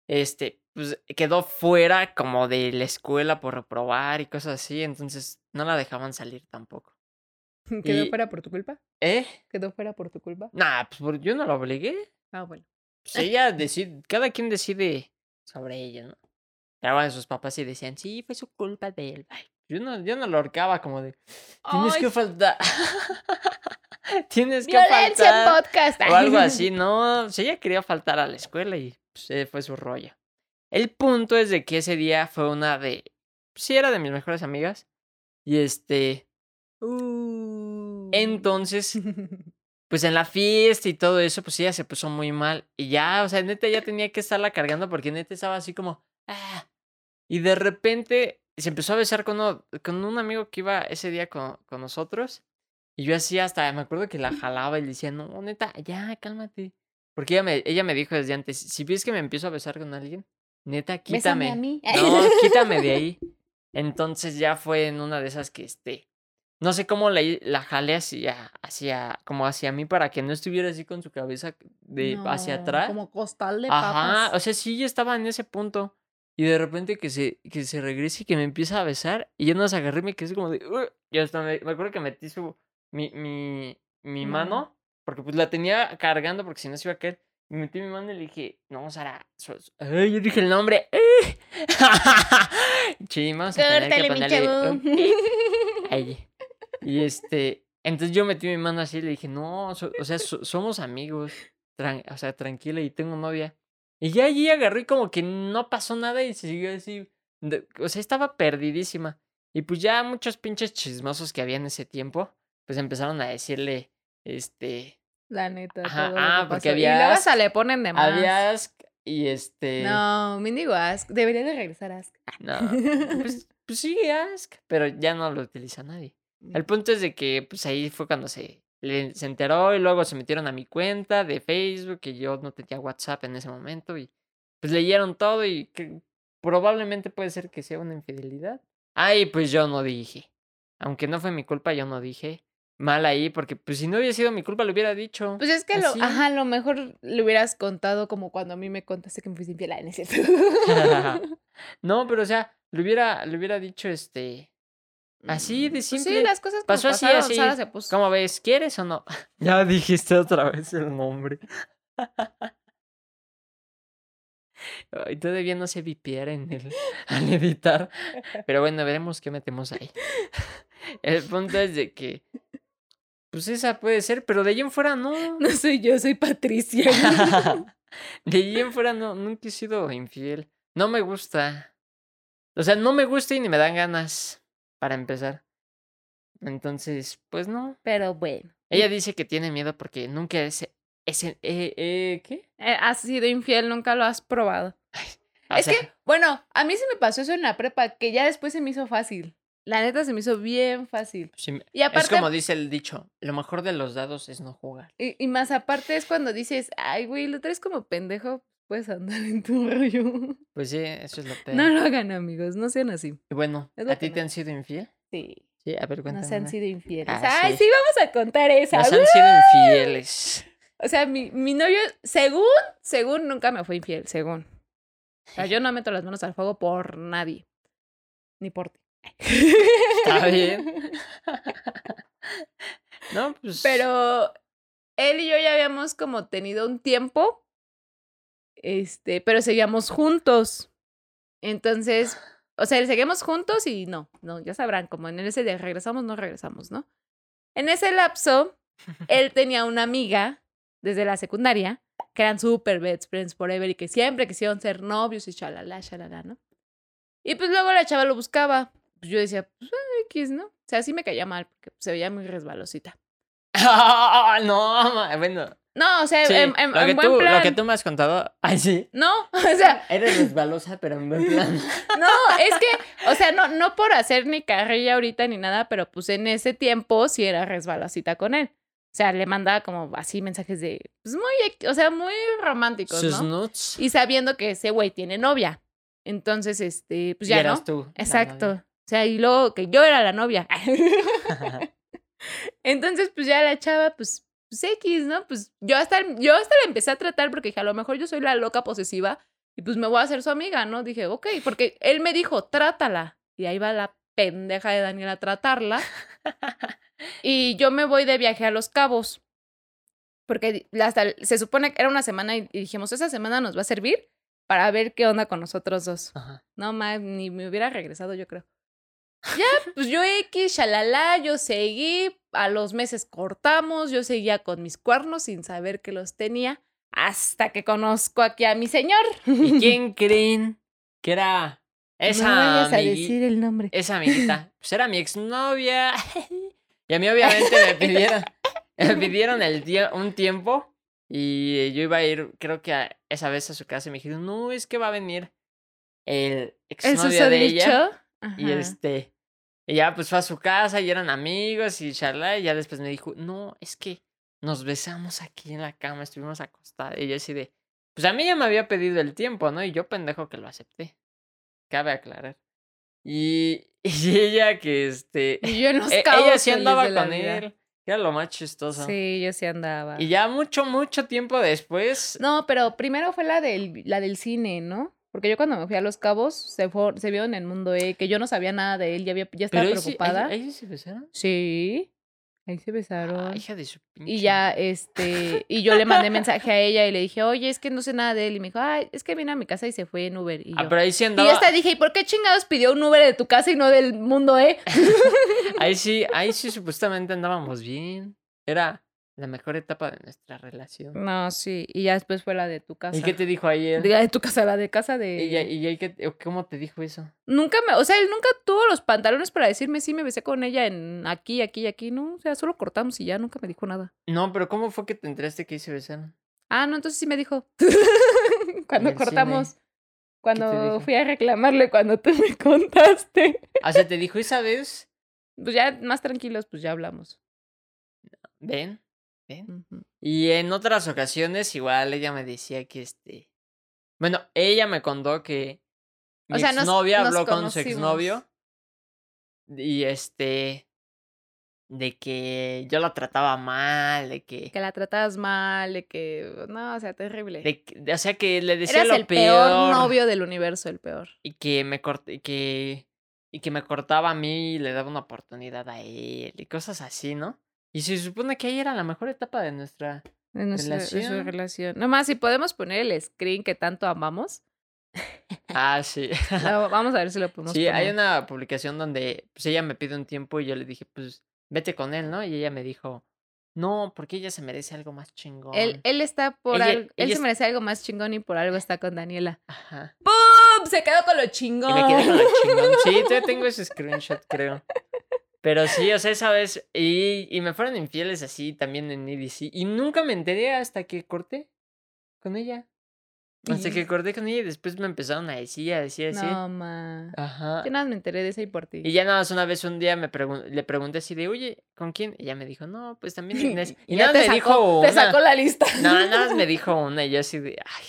S2: este, pues quedó fuera como de la escuela por reprobar y cosas así, entonces no la dejaban salir tampoco.
S1: ¿Quedó
S2: Y-
S1: fuera por tu culpa?
S2: ¿Eh?
S1: ¿Quedó fuera por tu culpa?
S2: Nah, pues por- yo no la obligué.
S1: Ah, bueno.
S2: Pues ella decide, cada quien decide sobre ella, ¿no? Pero bueno, sus papás sí decían, sí, fue su culpa de él. Ay, pues, yo no, yo no lo ahorcaba como de, tienes
S1: Ay,
S2: que faltar. tienes que
S1: Violencia en
S2: faltar.
S1: podcast.
S2: O algo así, no, si ella quería faltar a la escuela y pues, eh, fue su rollo. El punto es de que ese día fue una de, pues, sí era de mis mejores amigas y este,
S1: Uh. Mm.
S2: entonces, pues en la fiesta y todo eso, pues ella se puso muy mal y ya, o sea, neta ya tenía que estarla cargando porque neta estaba así como, ah, y de repente se empezó a besar con, uno- con un amigo que iba ese día con, con nosotros. Y yo así hasta, me acuerdo que la jalaba y le decía, no, neta, ya, cálmate. Porque ella me, ella me dijo desde antes, si ves que me empiezo a besar con alguien, neta,
S1: Bésame
S2: quítame.
S1: a mí.
S2: No, quítame de ahí. Entonces ya fue en una de esas que este. No sé cómo la, la jalé hacia, hacia, como hacia mí para que no estuviera así con su cabeza de,
S1: No,
S2: hacia atrás.
S1: Como costal de
S2: Ajá, o
S1: papas.
S2: sea, sí, yo estaba en ese punto. Y de repente que se, que se regrese y que me empieza a besar. Y yo nos agarré y me quedé así como de. "Ugh". Yo hasta me, me acuerdo que metí su, mi, mi, mi
S1: Mano.
S2: mano. Porque pues la tenía cargando porque si no se iba a caer. Y metí mi mano y le dije, no, Sara. su- su- ay, yo dije el nombre. ¡eh! Chim, vamos a tener que
S1: Córtale, mi
S2: ponerle
S1: chavo.
S2: un Ahí. Y este, entonces yo metí mi mano así y le dije, no, so- o sea, so- somos amigos, tran- o sea, tranquila y tengo novia. Y ya allí agarró y como que no pasó nada y se siguió así, de- o sea, estaba perdidísima. Y pues ya muchos pinches chismosos que había en ese tiempo, pues empezaron a decirle, este,
S1: La neta.
S2: Ajá,
S1: todo lo
S2: ah,
S1: que
S2: porque
S1: pasó.
S2: había
S1: Y luego
S2: Ask.
S1: hasta le ponen de más.
S2: había Ask y este...
S1: No, mendigo Ask. Debería de regresar Ask.
S2: No, pues, pues sí, Ask, pero ya no lo utiliza nadie. El punto es de que pues ahí fue cuando se, le- se enteró y luego se metieron a mi cuenta de Facebook que yo no tenía WhatsApp en ese momento y pues leyeron todo y que probablemente puede ser que sea una infidelidad. Ay, pues yo no dije. Aunque no fue mi culpa, yo no dije. Mal ahí, porque pues si no hubiera sido mi culpa, lo hubiera dicho.
S1: Pues es que lo,
S2: Así.
S1: ajá, a lo mejor le hubieras contado como cuando a mí me contaste que me fuiste infiel, ah, ¿no es cierto?
S2: no, pero o sea, le hubiera, le hubiera dicho este... Así de
S1: Pues
S2: simple.
S1: sí, las cosas como
S2: Pasó así,
S1: pasaron,
S2: así.
S1: Sara se puso.
S2: ¿Cómo ves? ¿Quieres o no? Ya dijiste otra vez el nombre. Ay, todavía no se vipiar en el al editar. Pero bueno, veremos qué metemos ahí. El punto es de que. Pues esa puede ser, pero de allí en fuera no.
S1: No soy yo, soy Patricia.
S2: De allí en fuera no, nunca he sido infiel. No me gusta. O sea, no me gusta y ni me dan ganas. Para empezar. Entonces, pues no.
S1: Pero bueno.
S2: Ella dice que tiene miedo porque nunca es. e, es en- eh, eh, ¿Qué?
S1: Eh, Has sido infiel, nunca lo has probado.
S2: O
S1: es
S2: sea,
S1: que, bueno, a mí se me pasó eso en la prepa, que ya después se me hizo fácil. La neta se me hizo bien fácil.
S2: sí me-
S1: Y
S2: es
S1: aparte,
S2: como dice el dicho: lo mejor de los dados es no jugar.
S1: y, y más aparte es cuando dices, ay, güey, lo traes como pendejo, puedes andar en tu rollo.
S2: Pues sí, eso es lo peor.
S1: No lo hagan, amigos, no sean así.
S2: Y bueno,
S1: Es lo
S2: ¿a ti
S1: que
S2: te
S1: no.
S2: han sido infiel?
S1: Sí.
S2: Sí, a ver, cuéntame.
S1: Nos han
S2: una.
S1: sido infieles.
S2: Ah,
S1: Ay,
S2: sí.
S1: sí. vamos a contar esa.
S2: Nos han sido infieles.
S1: O sea, mi, mi novio, según, según, nunca me fue infiel, según. O sea, yo no meto las manos al fuego por nadie. Ni por ti.
S2: Está bien. No, pues.
S1: Pero él y yo ya habíamos como tenido un tiempo. Este, pero seguíamos juntos. Entonces, o sea, seguimos juntos y no, no, ya sabrán, como en ese de regresamos, no regresamos, ¿no? En ese lapso, él tenía una amiga desde la secundaria que eran super best friends forever y que siempre quisieron ser novios y chalala, chalala, ¿no? Y pues luego la chava lo buscaba. Pues yo decía, pues, ah, X, ¿no? O sea, sí me caía mal porque se veía muy resbalosita.
S2: Ah, no, ma- bueno.
S1: No, o sea,
S2: sí,
S1: en, en-
S2: lo, que
S1: en buen
S2: tú, lo
S1: plan.
S2: que tú me has contado. Ay, sí.
S1: No, o sea,
S2: Eres resbalosa, pero en buen plan.
S1: no, es que, o sea, no, no por hacer ni carrilla ahorita ni nada, pero pues en ese tiempo sí era resbalacita con él. O sea, le mandaba como así mensajes de, pues muy, equ- o sea, muy románticos,
S2: Sus
S1: ¿no?
S2: nuts.
S1: Y sabiendo que ese güey tiene novia. Entonces, este, pues
S2: Y
S1: ya,
S2: eras
S1: ¿no?
S2: tú. la
S1: Exacto. O sea, y luego que yo era la novia.
S2: novia.
S1: Entonces, pues ya la chava, pues, pues X, ¿no? Pues yo hasta, yo hasta la empecé a tratar porque dije, a lo mejor yo soy la loca posesiva y pues me voy a hacer su amiga, ¿no? Dije, ok, porque él me dijo, trátala. Y ahí va la pendeja de Daniela a tratarla. y yo me voy de viaje a Los Cabos. Porque di- hasta, se supone que era una semana y y dijimos, esa semana nos va a servir para ver qué onda con nosotros dos.
S2: Ajá.
S1: No más, ni me hubiera regresado, yo creo. Ya, pues yo X, shalala, yo seguí, a los meses cortamos, yo seguía con mis cuernos sin saber que los tenía, hasta que conozco aquí a mi señor.
S2: ¿Y quién creen que era esa,
S1: No vayas a
S2: amigui-
S1: decir el nombre.
S2: esa amiguita? Pues era mi exnovia. Y a mí obviamente me pidieron, me pidieron el tie- un tiempo y eh, yo iba a ir, creo que a- esa vez a su casa y me dijeron, no, es que va a venir el
S1: El
S2: exnovio de ella.
S1: susodicho.
S2: Y
S1: Ajá.
S2: este, y ya pues fue a su casa y eran amigos y charla. Y ya después me dijo, no, es que nos besamos aquí en la cama, estuvimos acostados. Y yo así de, pues a mí ya me había pedido el tiempo, ¿no? Y yo pendejo que lo acepté. Cabe aclarar. Y, y ella que este.
S1: Y yo en los
S2: e-
S1: cabos.
S2: ella sí
S1: feliz
S2: andaba
S1: de la
S2: con
S1: vida.
S2: él. que Era lo más chistoso.
S1: Sí, yo sí andaba.
S2: Y ya mucho, mucho tiempo después.
S1: No, pero primero fue la del, la del cine, ¿no? Porque yo cuando me fui a Los Cabos se, fue, se vio en el mundo, eh, que yo no sabía nada de él, ya, había, ya estaba
S2: pero ahí sí-
S1: preocupada.
S2: ahí- ahí sí se besaron.
S1: Sí, ahí se besaron.
S2: Ah, hija de su pinche.
S1: Y ya, este, y yo le mandé mensaje a ella y le dije, oye, es que no sé nada de él. Y me dijo, ay, es que vino a mi casa y se fue en Uber. Y yo,
S2: Ah, pero ahí sí
S1: y
S2: andaba.
S1: yo hasta dije, ¿y por qué chingados pidió un Uber de tu casa y no del mundo, eh?
S2: Ahí sí, ahí sí supuestamente andábamos bien. Era la mejor etapa de nuestra relación.
S1: No, sí, y ya después fue la de tu casa.
S2: ¿Y qué te dijo ayer?
S1: La de tu casa, la de casa de...
S2: ¿Y, ahí- y ahí qué- o cómo te dijo eso?
S1: Nunca me, o sea, él nunca tuvo los pantalones para decirme sí, me besé con ella en aquí, aquí y aquí, ¿no? O sea, solo cortamos y ya nunca me dijo nada.
S2: No, pero ¿cómo fue que te enteraste que ahí se besaron?
S1: Ah, no, entonces sí me dijo.
S2: En
S1: cuando
S2: el cine.
S1: cortamos,
S2: dijo?
S1: cuando fui a reclamarle, cuando tú me contaste.
S2: O sea, te dijo, ¿y sabes?
S1: Pues ya más tranquilos, pues ya hablamos.
S2: Ven, ven.
S1: Ujú.
S2: Y en otras ocasiones igual ella me decía que este... Bueno, ella me contó que
S1: O
S2: mi
S1: sea, nos-
S2: exnovia
S1: nos
S2: habló con su
S1: conocimos.
S2: exnovio y este... De que yo la trataba mal, de que...
S1: Que la tratabas mal, de que, no, o sea, terrible.
S2: de que- de- o sea, que le decía
S1: Eras
S2: lo
S1: el peor.
S2: peor
S1: novio del universo, el peor.
S2: y que me cort- y que y que me cortaba a mí y le daba una oportunidad a él y cosas así, ¿no? Y se supone que ahí era la mejor etapa de nuestra
S1: De nuestra de su
S2: Relación.
S1: relación. Nomás, si podemos poner el screen que tanto amamos,
S2: Ah, sí.
S1: lo- vamos a ver si lo podemos
S2: sí,
S1: poner.
S2: hay una publicación donde pues ella me pide un tiempo y yo le dije, "Pues vete con él, ¿no?" Y ella me dijo, "No, porque ella se merece algo más chingón."
S1: Él, él está por
S2: Ella-
S1: algo. Él
S2: ella
S1: se
S2: es-
S1: merece algo más chingón y por algo está con Daniela.
S2: Ajá.
S1: ¡Pum! Se quedó con lo
S2: Y
S1: chingón.
S2: me quedé con la chingón. Sí, todavía tengo ese screenshot, creo. Pero sí, o sea, esa vez y, y me fueron infieles así también en EDC y nunca me enteré hasta que corté con ella. Hasta
S1: Y-
S2: que corté con ella y después me empezaron a decir, a decir, a decir.
S1: No, ma.
S2: Ajá.
S1: Yo nada más me enteré de esa y por ti.
S2: Y ya nada más una vez un día me pregun- le pregunté así de, oye, ¿con quién? Y ella me dijo, no, pues también Inés. Y,
S1: ya
S2: nada más me dijo
S1: te
S2: una.
S1: sacó la lista.
S2: No, nada más me dijo una y yo así de, ay,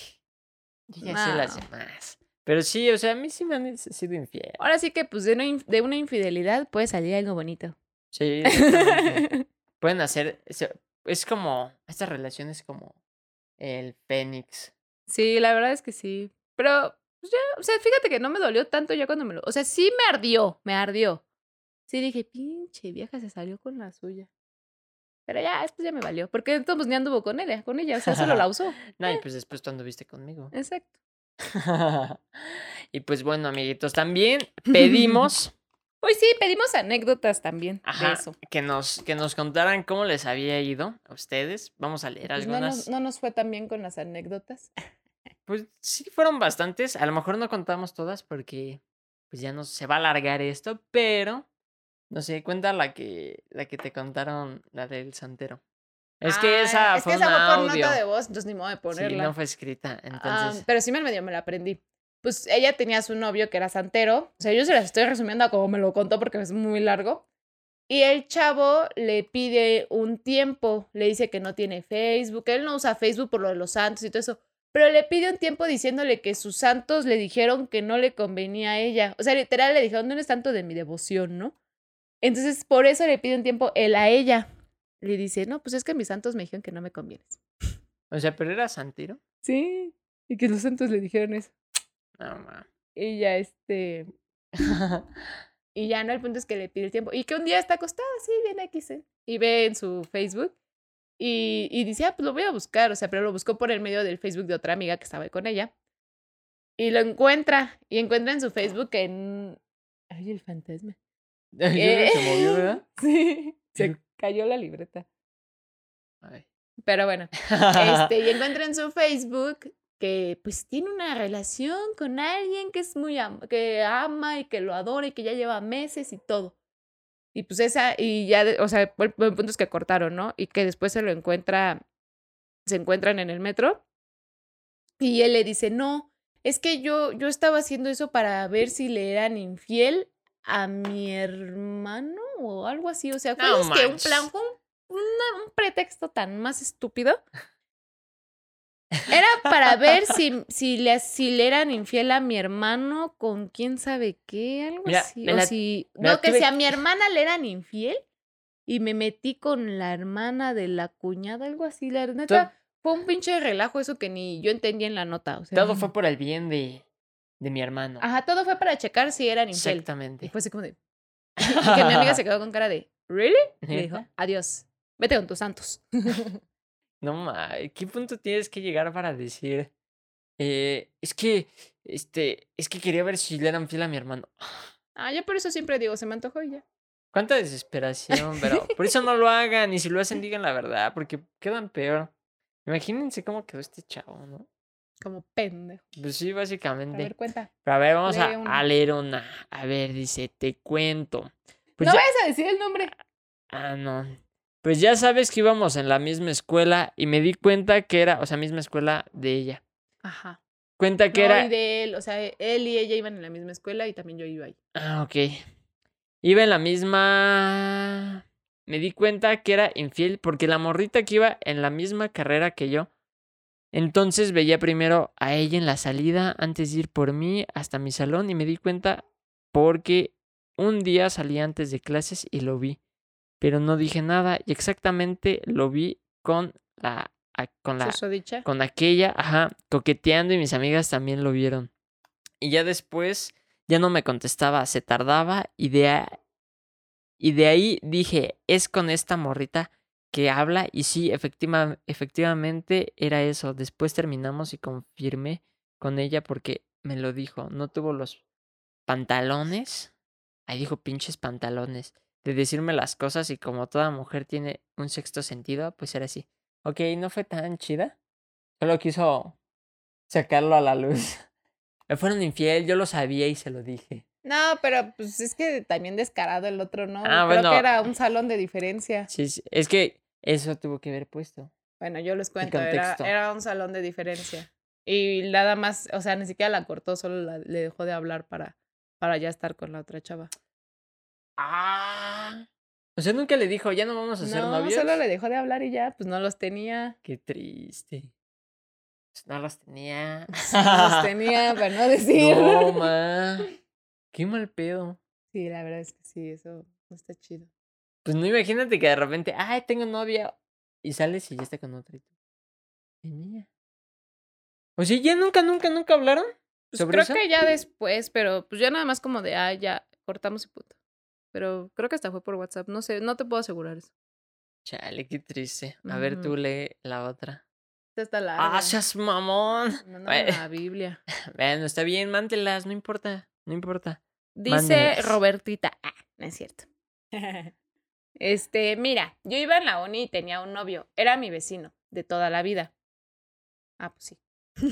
S2: yo ya sé las
S1: No.
S2: demás. Pero sí, o sea, a mí sí me han sido infiel.
S1: Ahora sí que, pues, de una, inf- de una infidelidad puede salir algo bonito.
S2: Sí, exactamente. pueden hacer, se- es como, estas relaciones como el fénix.
S1: sí, la verdad es que sí. Pero, pues, ya, o sea, fíjate que no me dolió tanto ya cuando me lo. O sea, sí me ardió, me ardió. Sí dije, pinche vieja se salió con la suya. Pero ya, después ya me valió. Porque entonces pues, ni anduvo con él, con ella. O sea, solo la usó.
S2: No, y pues después tú anduviste conmigo.
S1: Exacto.
S2: y pues bueno, amiguitos, también pedimos
S1: Hoy sí, pedimos anécdotas también
S2: ajá,
S1: de eso.
S2: que, nos, que nos contaran cómo les había ido a ustedes. Vamos a leer
S1: Pues no,
S2: algunas.
S1: nos, no nos fue tan bien con las anécdotas.
S2: Pues sí, fueron bastantes. A lo mejor no contamos todas porque pues ya no se va a alargar esto, pero no sé, cuenta la que la que te contaron, la del santero. Es que
S1: Ah,
S2: esa
S1: es
S2: fue
S1: que esa
S2: un
S1: fue por
S2: audio.
S1: nota de voz, entonces ni modo de
S2: Sí,
S1: ponerla.
S2: no fue escrita,
S1: Ah,
S2: entonces.
S1: pero sí me medio me la aprendí. Pues ella tenía su novio que era santero. O sea, yo se las estoy resumiendo a como me lo contó porque es muy largo. Y el chavo le pide un tiempo. Le dice que no tiene Facebook. Él no usa Facebook por lo de los santos y todo eso. Pero le pide un tiempo diciéndole que sus santos le dijeron que no le convenía a ella. O sea, literal le dijeron, no eres tanto de mi devoción, ¿no? Entonces, por eso le pide un tiempo él a ella. Le dice, no, pues es que mis santos me dijeron que no me convienes.
S2: O sea, pero era santero.
S1: Sí. Y que los santos le dijeron eso.
S2: No, ma.
S1: Y ya este. Y ya no, el punto es que le pide el tiempo. Y que un día está acostada, sí, bien X. ¿eh? Y ve en su Facebook. Y, y dice, ah, pues lo voy a buscar. O sea, pero lo buscó por el medio del Facebook de otra amiga que estaba ahí con ella. Y lo encuentra. Y encuentra en su Facebook que en. Ay, el fantasma.
S2: Yo creo que se movió, ¿verdad?
S1: Sí. Se cayó la libreta.
S2: Ay.
S1: Pero bueno. Este, y encuentra en su Facebook que pues tiene una relación con alguien que es muy am- que ama y que lo adora y que ya lleva meses y todo. Y pues esa, y ya, de- o sea, el, el punto es que cortaron, ¿no? Y que después se lo encuentra, se encuentran en el metro. Y él le dice, no, es que yo, yo estaba haciendo eso para ver si le eran infiel a mi hermano o algo así. O sea, fue
S2: No
S1: es que un
S2: manches.
S1: plan, fue un, una- un pretexto tan más estúpido. Era para ver si, si, le, si le eran infiel a mi hermano con quién sabe qué, algo
S2: Mira,
S1: así.
S2: me
S1: O
S2: la-
S1: si-
S2: me la
S1: no, que
S2: tuve
S1: si a
S2: que-
S1: mi hermana le eran infiel y me metí con la hermana de la cuñada, algo así. La neta, fue un pinche relajo eso que ni yo entendía en la nota. O sea,
S2: Todo fue por el bien de, de mi hermano.
S1: Ajá, todo fue para checar si eran infiel. Ah, Y
S2: Exactamente.
S1: fue así como de... y que mi amiga se quedó con cara de... ¿Really? Y le dijo,
S2: Neta,
S1: adiós, vete con tus santos.
S2: No ma, ¿qué punto tienes que llegar para decir? eh, es que, este, es que quería ver si le eran fiel a mi hermano.
S1: ah, yo por eso siempre digo, se me antojó y ya.
S2: Cuánta desesperación, pero por eso no lo hagan. Y si lo hacen, digan la verdad, porque quedan peor. Imagínense cómo quedó este chavo, ¿no?
S1: Como pendejo.
S2: Pues sí,
S1: A
S2: básicamente.
S1: ver, cuenta.
S2: Pero a ver, vamos a,
S1: lee una.
S2: a leer una. A ver, dice, te cuento. Pues
S1: no
S2: ya-
S1: vayas a decir el nombre.
S2: Ah, no. Pues ya sabes que íbamos en la misma escuela y me di cuenta que era, o sea, misma escuela de ella.
S1: Ajá.
S2: Cuenta que
S1: No,
S2: era...
S1: y de él, o sea, e, él y ella iban en la misma escuela y también yo iba ahí.
S2: Ah, ok. Iba en la misma... Me di cuenta que era infiel porque la morrita que iba en la misma carrera que yo. Entonces veía primero a ella en la salida antes de ir por mí hasta mi salón y me di cuenta porque un día salí antes de clases y lo vi. Pero no dije nada y exactamente lo vi con la... a- Con la
S1: Susodicha.
S2: con aquella, ajá, coqueteando y mis amigas también lo vieron. Y ya después ya no me contestaba, se tardaba y de, a- y de ahí dije, es con esta morrita que habla y sí, efectiva- efectivamente era eso. Después terminamos y confirmé con ella porque me lo dijo, no tuvo los pantalones. Ahí dijo pinches pantalones. De decirme las cosas y como toda mujer tiene un sexto sentido, pues era así. Ok, no fue tan chida. Solo quiso sacarlo a la luz. Me fueron infiel, yo lo sabía y se lo dije.
S1: No, pero pues es que también descarado el otro, ¿no?
S2: Ah,
S1: Creo
S2: bueno.
S1: que era un salón de diferencia.
S2: Sí, sí, es que eso tuvo que ver puesto.
S1: Bueno, yo les cuento, era,
S2: contexto.
S1: era un salón de diferencia. Y nada más, o sea, ni siquiera la cortó, solo la- le dejó de hablar para, para ya estar con la otra chava.
S2: Ah. O sea, nunca le dijo, ya no vamos a ser
S1: No,
S2: novios.
S1: solo le dejó de hablar y ya, pues no los tenía.
S2: Qué triste. Pues No los tenía.
S1: No los tenía, para no decir.
S2: No, ma. Qué mal pedo.
S1: Sí, la verdad es que sí, eso no está chido.
S2: Pues no imagínate que de repente, ay, tengo novia. Y sales y ya está con otro. y tú, Tenía. O sea, ¿ya nunca, nunca, nunca hablaron?
S1: Pues
S2: ¿Sobre
S1: creo
S2: eso?
S1: que ya después, pero pues ya nada más como de, ah, ya, cortamos y punto. Pero creo que hasta fue por WhatsApp, no sé, no te puedo asegurar eso.
S2: Chale, qué triste. A ver,
S1: Ujú.
S2: tú lee la otra.
S1: Esta está larga.
S2: ¡Ah, seas mamón!
S1: Mándame
S2: Bueno.
S1: la Biblia.
S2: Bueno, está bien, mántelas, no importa, no importa.
S1: Dice
S2: Mándenlas.
S1: Robertita. Ah, no es cierto. este, mira, yo iba en la uni y tenía un novio. Era mi vecino de toda la vida. Ah, pues sí.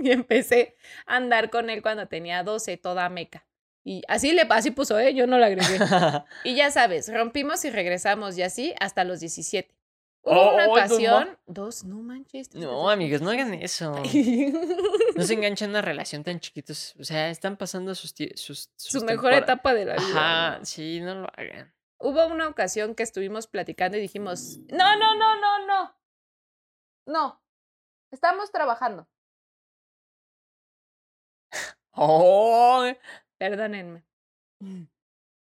S1: y empecé a andar con él cuando tenía 12, toda meca. Y así le así puso, ¿eh? Yo no la agregué. Y ya sabes, rompimos y regresamos y así hasta los 17. Hubo
S2: Oh,
S1: una
S2: oh, dos
S1: ocasión, dos, no manches. tres,
S2: no,
S1: cuatro,
S2: amigos, no
S1: cinco,
S2: hagan eso.
S1: seis.
S2: No se enganchan a una relación tan chiquitos. O sea, están pasando sus... tie- sus,
S1: Su
S2: sus
S1: mejor
S2: tempora-
S1: etapa de la vida.
S2: Ajá,
S1: ¿no?
S2: sí, no lo hagan.
S1: Hubo una ocasión que estuvimos platicando y dijimos, no, no, no, no, no. No, estamos trabajando.
S2: ¡Oh!
S1: Perdónenme.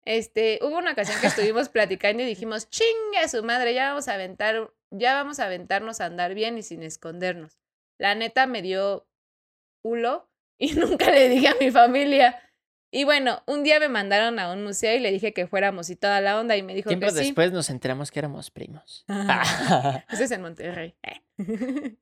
S1: Este, hubo una ocasión que estuvimos platicando y dijimos, chingue a su madre, ya vamos a aventar, ya vamos a aventarnos a andar bien y sin escondernos. La neta me dio culo y nunca le dije a mi familia. Y bueno, un día me mandaron a un museo y le dije que fuéramos y toda la onda y me dijo
S2: Tiempo
S1: que sí.
S2: después nos enteramos que éramos primos.
S1: Ese es en Monterrey. Eh.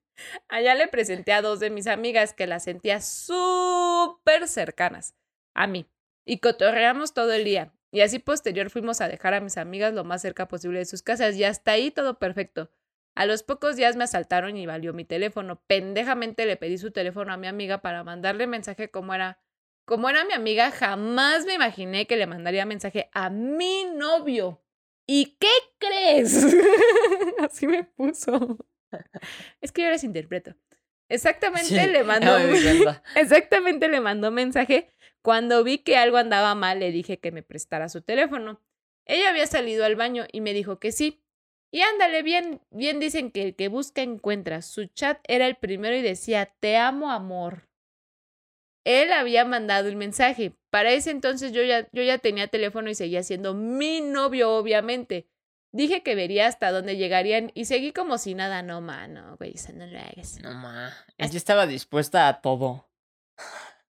S1: Allá le presenté a dos de mis amigas que las sentía súper cercanas a mí. Y cotorreamos todo el día. Y así posterior fuimos a dejar a mis amigas lo más cerca posible de sus casas. Y hasta ahí todo perfecto. A los pocos días me asaltaron y valió mi teléfono. Pendejamente le pedí su teléfono a mi amiga para mandarle mensaje como era. Como era mi amiga, jamás me imaginé que le mandaría mensaje a mi novio. ¿Y qué crees? Así me puso. Es que yo les interpreto. Exactamente
S2: Sí,
S1: le mandó.
S2: ya me di cuenta.
S1: Exactamente le mandó mensaje. Cuando vi que algo andaba mal, le dije que me prestara su teléfono. Ella había salido al baño y me dijo que sí. Y ándale, bien, bien dicen que el que busca encuentra. Su chat era el primero y decía, te amo, amor. Él había mandado el mensaje. Para ese entonces yo ya, yo ya tenía teléfono y seguía siendo mi novio, obviamente. Dije que vería hasta dónde llegarían y seguí como si nada, no, mano, güey, eso no lo hagas.
S2: No, ma. Ella estaba dispuesta a todo.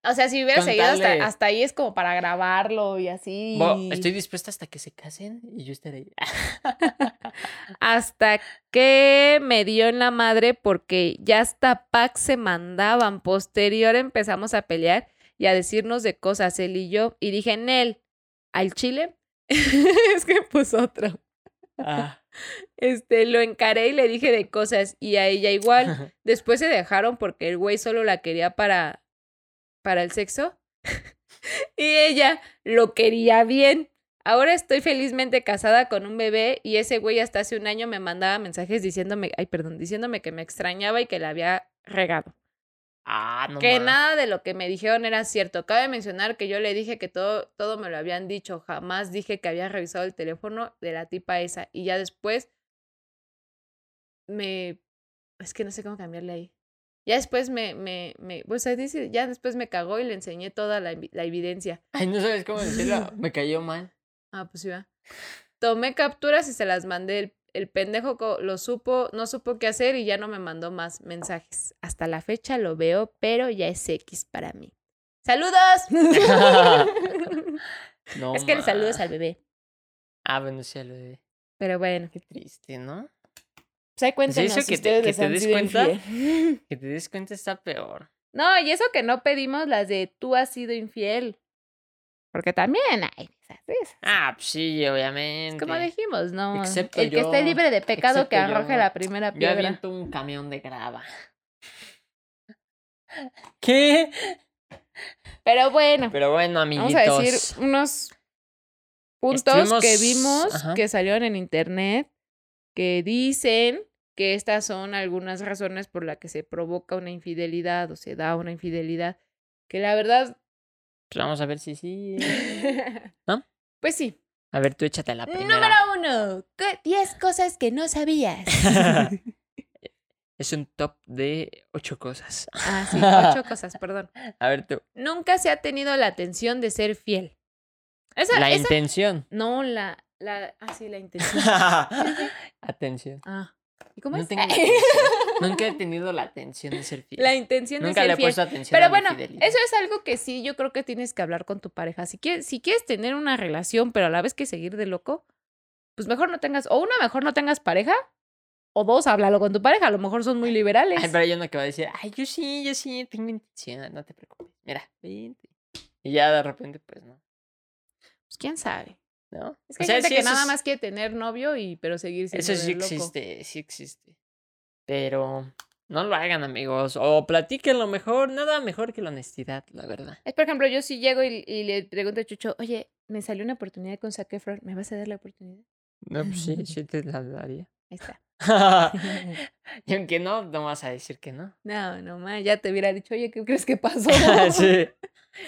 S1: O sea, si hubiera
S2: Con
S1: seguido
S2: tal de-
S1: hasta, hasta ahí es como para grabarlo y así.
S2: Bo- estoy dispuesta hasta que se casen y yo estaré ahí.
S1: Hasta que me dio en la madre porque ya hasta pack se mandaban. Posterior empezamos a pelear y a decirnos de cosas, él y yo. Y dije, Nel, ¿al chile? es que puso otro.
S2: Ah.
S1: Este, lo encaré y le dije de cosas y a ella igual. Después se dejaron porque el güey solo la quería para para el sexo y ella lo quería bien. Ahora estoy felizmente casada con un bebé y ese güey hasta hace un año me mandaba mensajes diciéndome, ay, perdón, diciéndome que me extrañaba y que la había regado.
S2: Ah, no
S1: que
S2: ma.
S1: nada de lo que me dijeron era cierto. Cabe mencionar que yo le dije que todo todo me lo habían dicho, jamás dije que había revisado el teléfono de la tipa esa y ya después me es que no sé cómo cambiarle ahí. Ya después me, me, me, pues ahí dice, ya después me cagó y le enseñé toda la, evi- la evidencia.
S2: Ay, no sabes cómo decirlo. Me cayó mal.
S1: Ah, pues iba. Tomé capturas y se las mandé. El, el pendejo co- lo supo, no supo qué hacer y ya no me mandó más mensajes. Hasta la fecha lo veo, pero ya es X para mí. ¡Saludos!
S2: No,
S1: es que le
S2: ma.
S1: saludos al bebé.
S2: Ah, bueno, sí, al bebé.
S1: Pero bueno,
S2: Qué triste, ¿no?
S1: pues ahí cuéntenos
S2: eso
S1: si
S2: que te-
S1: ustedes
S2: que
S1: les
S2: te
S1: han
S2: des
S1: sido
S2: cuenta.
S1: infiel.
S2: Que te des cuenta está peor.
S1: No, y eso que no pedimos las de tú has sido infiel. Porque también hay esas, esas.
S2: Ah, pues sí, obviamente.
S1: Como dijimos, no.
S2: Excepto
S1: el que esté
S2: yo,
S1: libre de pecado que
S2: excepto yo.
S1: arroje la primera
S2: Yo
S1: piedra.
S2: aviento un camión de grava. ¿Qué?
S1: Pero bueno,
S2: Pero bueno, amiguitos.
S1: vamos a decir unos puntos
S2: Estuvimos-
S1: que vimos
S2: ajá.
S1: que salieron en internet que dicen que estas son algunas razones por las que se provoca una infidelidad o se da una infidelidad. Que la verdad,
S2: Pues vamos a ver si sí. ¿No?
S1: pues sí.
S2: A ver, tú échate la primera.
S1: Número uno, ¿qué- 10 cosas que no sabías.
S2: es un top de ocho cosas.
S1: ah, sí, ocho cosas, perdón.
S2: A ver, tú.
S1: Nunca se ha tenido la atención de ser fiel. Esa,
S2: La
S1: esa-
S2: intención.
S1: No, la, la, ah, sí, la intención.
S2: Atención.
S1: Ah, ¿y cómo
S2: No
S1: es?
S2: tengo la atención. Nunca he tenido la atención de ser fiel.
S1: la intención
S2: Nunca
S1: de ser
S2: le he
S1: fiel.
S2: puesto atención a
S1: Pero
S2: mi
S1: bueno,
S2: fidelidad.
S1: eso es algo que sí, yo creo que tienes que hablar con tu pareja. Si quieres, si quieres tener una relación, pero a la vez que seguir de loco, pues mejor no tengas, o una mejor no tengas pareja, o dos, háblalo con tu pareja. A lo mejor son muy liberales.
S2: Ay, pero yo no que va a decir, ay, yo sí, yo sí, tengo intención, no te preocupes. Mira, vente. Y ya de repente, pues no.
S1: Pues quién sabe.
S2: ¿No?
S1: Es que
S2: O sea,
S1: hay gente
S2: sí,
S1: que
S2: eso
S1: nada
S2: es-
S1: más quiere tener novio y pero seguir siendo
S2: Eso
S1: de
S2: sí
S1: loco.
S2: existe, sí existe. Pero no lo hagan, amigos. O platiquen lo mejor, nada mejor que la honestidad, la verdad.
S1: Es por ejemplo, yo sí llego y, y le pregunto a Chucho, oye, me salió una oportunidad con Zac Efron, ¿me vas a dar la oportunidad?
S2: No, pues sí, sí te la daría.
S1: Ahí está.
S2: y aunque no, no vas a decir que no.
S1: No, no ma, ya te hubiera dicho, oye, ¿qué crees que pasó?
S2: sí,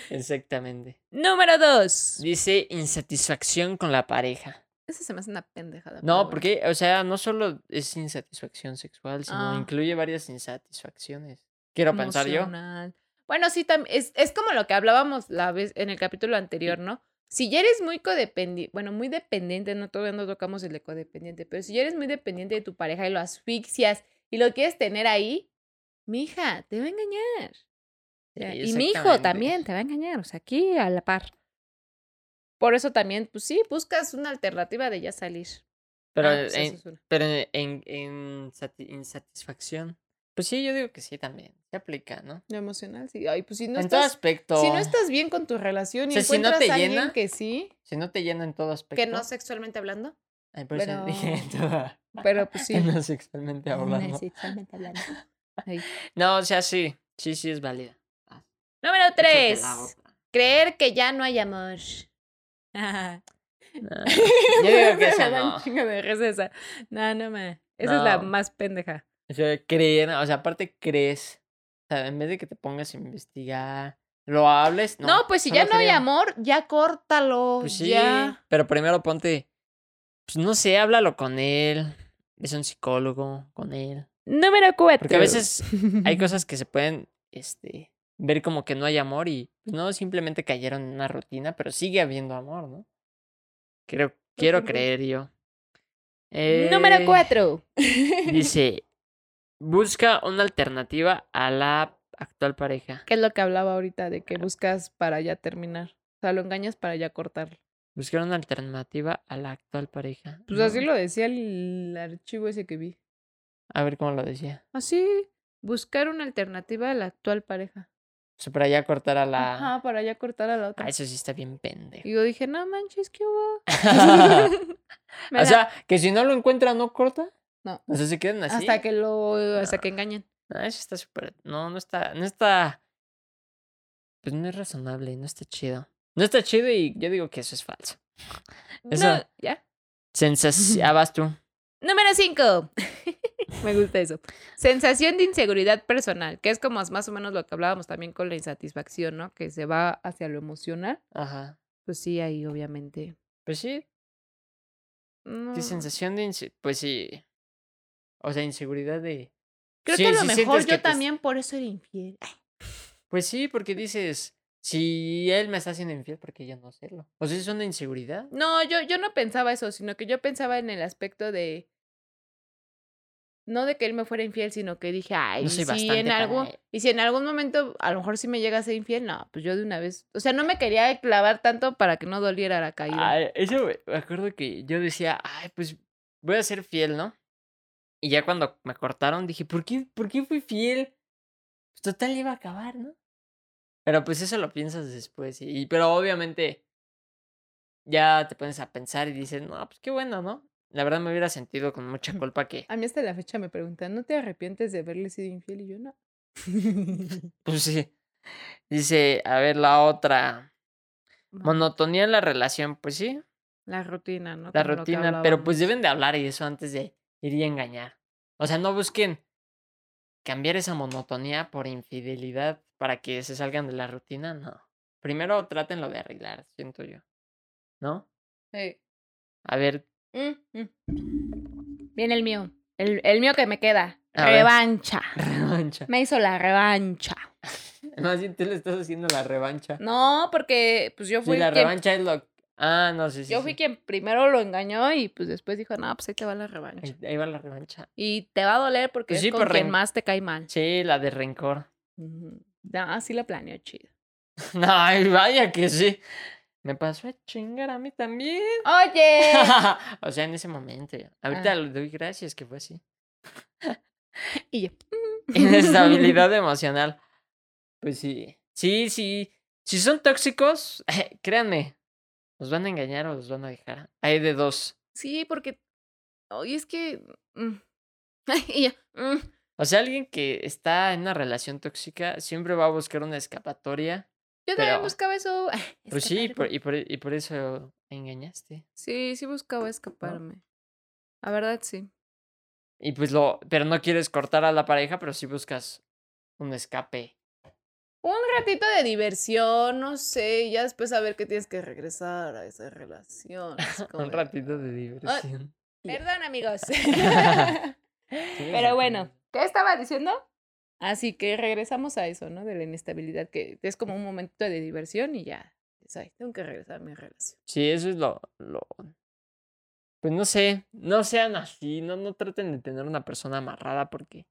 S2: exactamente.
S1: Número dos.
S2: Dice insatisfacción con la pareja.
S1: Eso se me hace una pendejada. pero
S2: No,
S1: bueno.
S2: porque, o sea, no solo es insatisfacción sexual, sino
S1: Ah.
S2: incluye varias insatisfacciones. Quiero pensar yo.
S1: Emocional. Bueno, sí, tam- es, es como lo que hablábamos la vez en el capítulo anterior, ¿no? Si ya eres muy codependiente, bueno, muy dependiente, no todavía no tocamos el de codependiente, pero si ya eres muy dependiente de tu pareja y lo asfixias y lo quieres tener ahí, mi hija, te va a engañar. O sea,
S2: Sí,
S1: y mi hijo
S2: exactamente.
S1: también te va a engañar, o sea, aquí a la par. Por eso también, pues sí, buscas una alternativa de ya salir.
S2: Pero
S1: Ah, pues
S2: en,
S1: eso es una.
S2: Pero en, en- en sati- insatisfacción. Pues sí, yo digo que sí también. Se aplica, ¿no?
S1: Lo emocional, sí. Ay, pues si no
S2: en
S1: estás...
S2: todo aspecto.
S1: Si no estás bien con tu relación y
S2: O sea, si no
S1: encuentras
S2: te
S1: a alguien
S2: llena,
S1: que sí,
S2: Si no te llena en todo aspecto.
S1: que no sexualmente hablando,
S2: Ay, por eso
S1: pero-
S2: dije en todo-
S1: pero pues sí.
S2: en lo sexualmente hablando.
S1: sexualmente hablando.
S2: No, o sea, sí. Sí, sí es válida.
S1: Número
S2: Échate
S1: tres.
S2: la otra.
S1: Creer que ya no hay amor.
S2: No, Yo digo que
S1: Me
S2: esa
S1: da un
S2: no.
S1: chingo de risa esa. No, no me. Esa es la
S2: No.
S1: más pendeja.
S2: O sea, creer, o sea, aparte crees. O sea, en vez de que te pongas a investigar, lo hables. No,
S1: No, pues si ya no hay
S2: amor
S1: amor, ya córtalo.
S2: Pues sí,
S1: Ya.
S2: pero primero ponte, pues no sé, háblalo con él. ves a un psicólogo con él.
S1: Número 4.
S2: Porque a veces hay cosas que se pueden este, ver como que no hay amor y pues, no simplemente cayeron en una rutina, pero sigue habiendo amor, ¿no? Creo, quiero
S1: Ujú.
S2: creer yo. Eh,
S1: Número 4.
S2: Dice, busca una alternativa a la actual pareja.
S1: Que es lo que hablaba ahorita de que buscas para ya terminar. O sea, lo engañas para ya cortarlo.
S2: Buscar una alternativa a la actual pareja.
S1: Pues
S2: No,
S1: así lo decía el archivo ese que vi.
S2: A ver cómo lo decía.
S1: Así, Ah, buscar una alternativa a la actual pareja.
S2: O sea, para ya cortar a la...
S1: Ajá, para ya cortar a la otra.
S2: Ah, eso sí está bien pendejo.
S1: Y yo dije, no manches, ¿qué hubo? Me
S2: o
S1: da-
S2: sea, que si no lo encuentra, ¿no corta?
S1: No.
S2: O sea, se quedan así.
S1: hasta que lo, hasta que engañan.
S2: Ah, eso está súper... No, no está... No está... Pues no es razonable, no está chido. No está chido y yo digo que eso es falso. Eso-
S1: No, ya.
S2: Sensación... Ah, vas tú.
S1: Número 5. Me gusta eso. Sensación de inseguridad personal, que es como más o menos lo que hablábamos también con la insatisfacción, ¿no? Que se va hacia lo emocional.
S2: Ajá.
S1: Pues sí, ahí obviamente.
S2: Pues sí,
S1: no.
S2: qué sensación de... inse- Pues sí. O sea, inseguridad de...
S1: Creo
S2: Sí,
S1: que a lo
S2: sí sientes
S1: mejor yo
S2: que te-
S1: también por eso era infiel.
S2: Pues sí, porque dices, si él me está haciendo infiel, porque yo no sélo. O sea, es una inseguridad.
S1: No, yo, yo no pensaba eso, sino que yo pensaba en el aspecto de. No de que él me fuera infiel, sino que dije, ay,
S2: No
S1: y
S2: soy
S1: si
S2: bastante
S1: en
S2: para
S1: algún,
S2: él".
S1: y si en algún momento a lo mejor sí me llega a ser infiel, no, pues yo de una vez. O sea, no me quería clavar tanto para que no doliera la caída.
S2: Ay, eso me me acuerdo que yo decía, ay, pues voy a ser fiel, ¿no? Y ya cuando me cortaron dije, ¿por qué, por qué fui fiel? Pues total iba a acabar, ¿no? Pero pues eso lo piensas después. Y, pero obviamente ya te pones a pensar y dices, no, pues qué bueno, ¿no? La verdad me hubiera sentido con mucha culpa que,
S1: A mí hasta la fecha me preguntan, ¿no te arrepientes de haberle sido infiel? Y yo no.
S2: pues sí. Dice, a ver, la otra. Monotonía en la relación, pues sí,
S1: La rutina, ¿no?
S2: la
S1: Como lo que
S2: rutina, pero
S1: hablábamos.
S2: pues deben de hablar y eso antes de ir y engañar. O sea, no busquen cambiar esa monotonía por infidelidad para que se salgan de la rutina, no. Primero trátenlo de arreglar, siento yo. ¿No?
S1: Sí.
S2: A ver,
S1: Mm, mm. Viene el mío. El, el mío que me queda.
S2: A ver.
S1: revancha.
S2: revancha.
S1: Me hizo la revancha.
S2: Más bien tú le estás haciendo la revancha.
S1: No, porque pues yo
S2: Sí,
S1: fui,
S2: la
S1: quien,
S2: revancha es lo... Ah, no, sí, sí.
S1: yo
S2: sí.
S1: fui quien primero lo engañó y pues después dijo, no, pues ahí te va la revancha.
S2: Ahí- Ahí va la revancha.
S1: Y te va a doler porque
S2: Pues
S1: es
S2: sí,
S1: con
S2: por
S1: quien
S2: ren-
S1: más te cae mal.
S2: Sí, la de rencor.
S1: Ujú. No, sí la planeó chido.
S2: No, ay, vaya que sí. Me pasó a chingar a mí también.
S1: Oye,
S2: o sea, en ese momento. ya. Ahorita
S1: Eh. Ah.
S2: le doy gracias que fue así.
S1: y yo. mm.
S2: Inestabilidad emocional. Pues sí. Sí, sí. Si son tóxicos, créanme, los van a engañar o los van a dejar. Hay de dos.
S1: Sí, porque hoy es que mm. y yo, mm.
S2: O sea, alguien que está en una relación tóxica siempre va a buscar una escapatoria.
S1: Yo también
S2: Pero-
S1: buscaba eso.
S2: Pues sí, y
S1: escaparme.
S2: por, y, por, y por eso engañaste.
S1: Sí, sí buscaba escaparme. La verdad sí.
S2: Y pues lo. Pero no quieres cortar a la pareja, pero sí buscas un escape.
S1: Un ratito de diversión, no sé, y ya después saber que tienes que regresar a esa relación. es como
S2: Un
S1: de, "Ah".
S2: ratito de diversión.
S1: Perdón, amigos.
S2: Sí,
S1: Pero bueno,
S2: exactamente.
S1: ¿qué estaba diciendo? Así que regresamos a eso, ¿no? De la inestabilidad, que es como un momento de diversión y ya. es, "Ay, tengo que regresar a mi relación.
S2: Sí, eso es lo, lo- Pues no sé, no sean así, no, no traten de tener una persona amarrada porque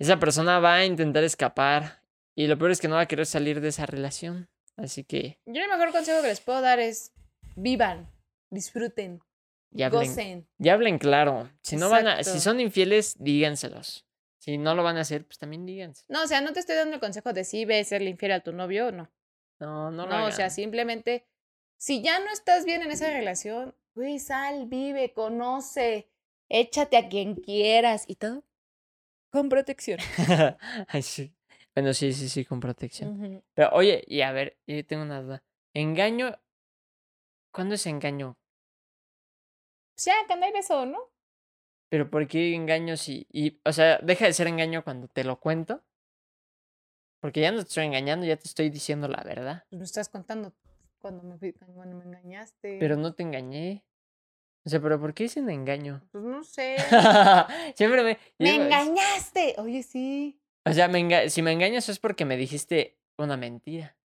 S2: esa persona va a intentar escapar y lo peor es que no va a querer salir de esa relación. Así que
S1: Yo el mejor consejo que les puedo dar es vivan, disfruten,
S2: ya hablen,
S1: gocen.
S2: ya hablen claro. Si no van a, si
S1: Exacto.
S2: son infieles, díganselos. Si no lo van a hacer, pues también díganse.
S1: No, o sea, no te estoy dando el consejo de si ve a serle infiel a tu novio o no.
S2: No, no
S1: No,
S2: lo
S1: o sea,
S2: hagan.
S1: simplemente, si ya no estás bien en esa relación, güey, sal, vive, conoce, échate a quien quieras y todo con protección.
S2: Ay, sí. Bueno, sí, sí, sí, con protección.
S1: Ujú.
S2: Pero oye, y a ver, yo tengo una duda. Engaño. ¿Cuándo es engaño?
S1: pues, Ya, que anda y beso, ¿no?
S2: Pero ¿por qué engaño si... Y, o sea, deja de ser engaño cuando te lo cuento. Porque ya no te estoy engañando, ya te estoy diciendo la verdad.
S1: Pues me estás contando cuando me, fui- cuando me engañaste.
S2: Pero no te engañé. O sea, pero ¿por qué dicen engaño?
S1: Pues no sé.
S2: Siempre me.
S1: ¡Me
S2: yo-
S1: engañaste! Oye, sí.
S2: O sea, me enga- si me engañas es porque me dijiste una mentira.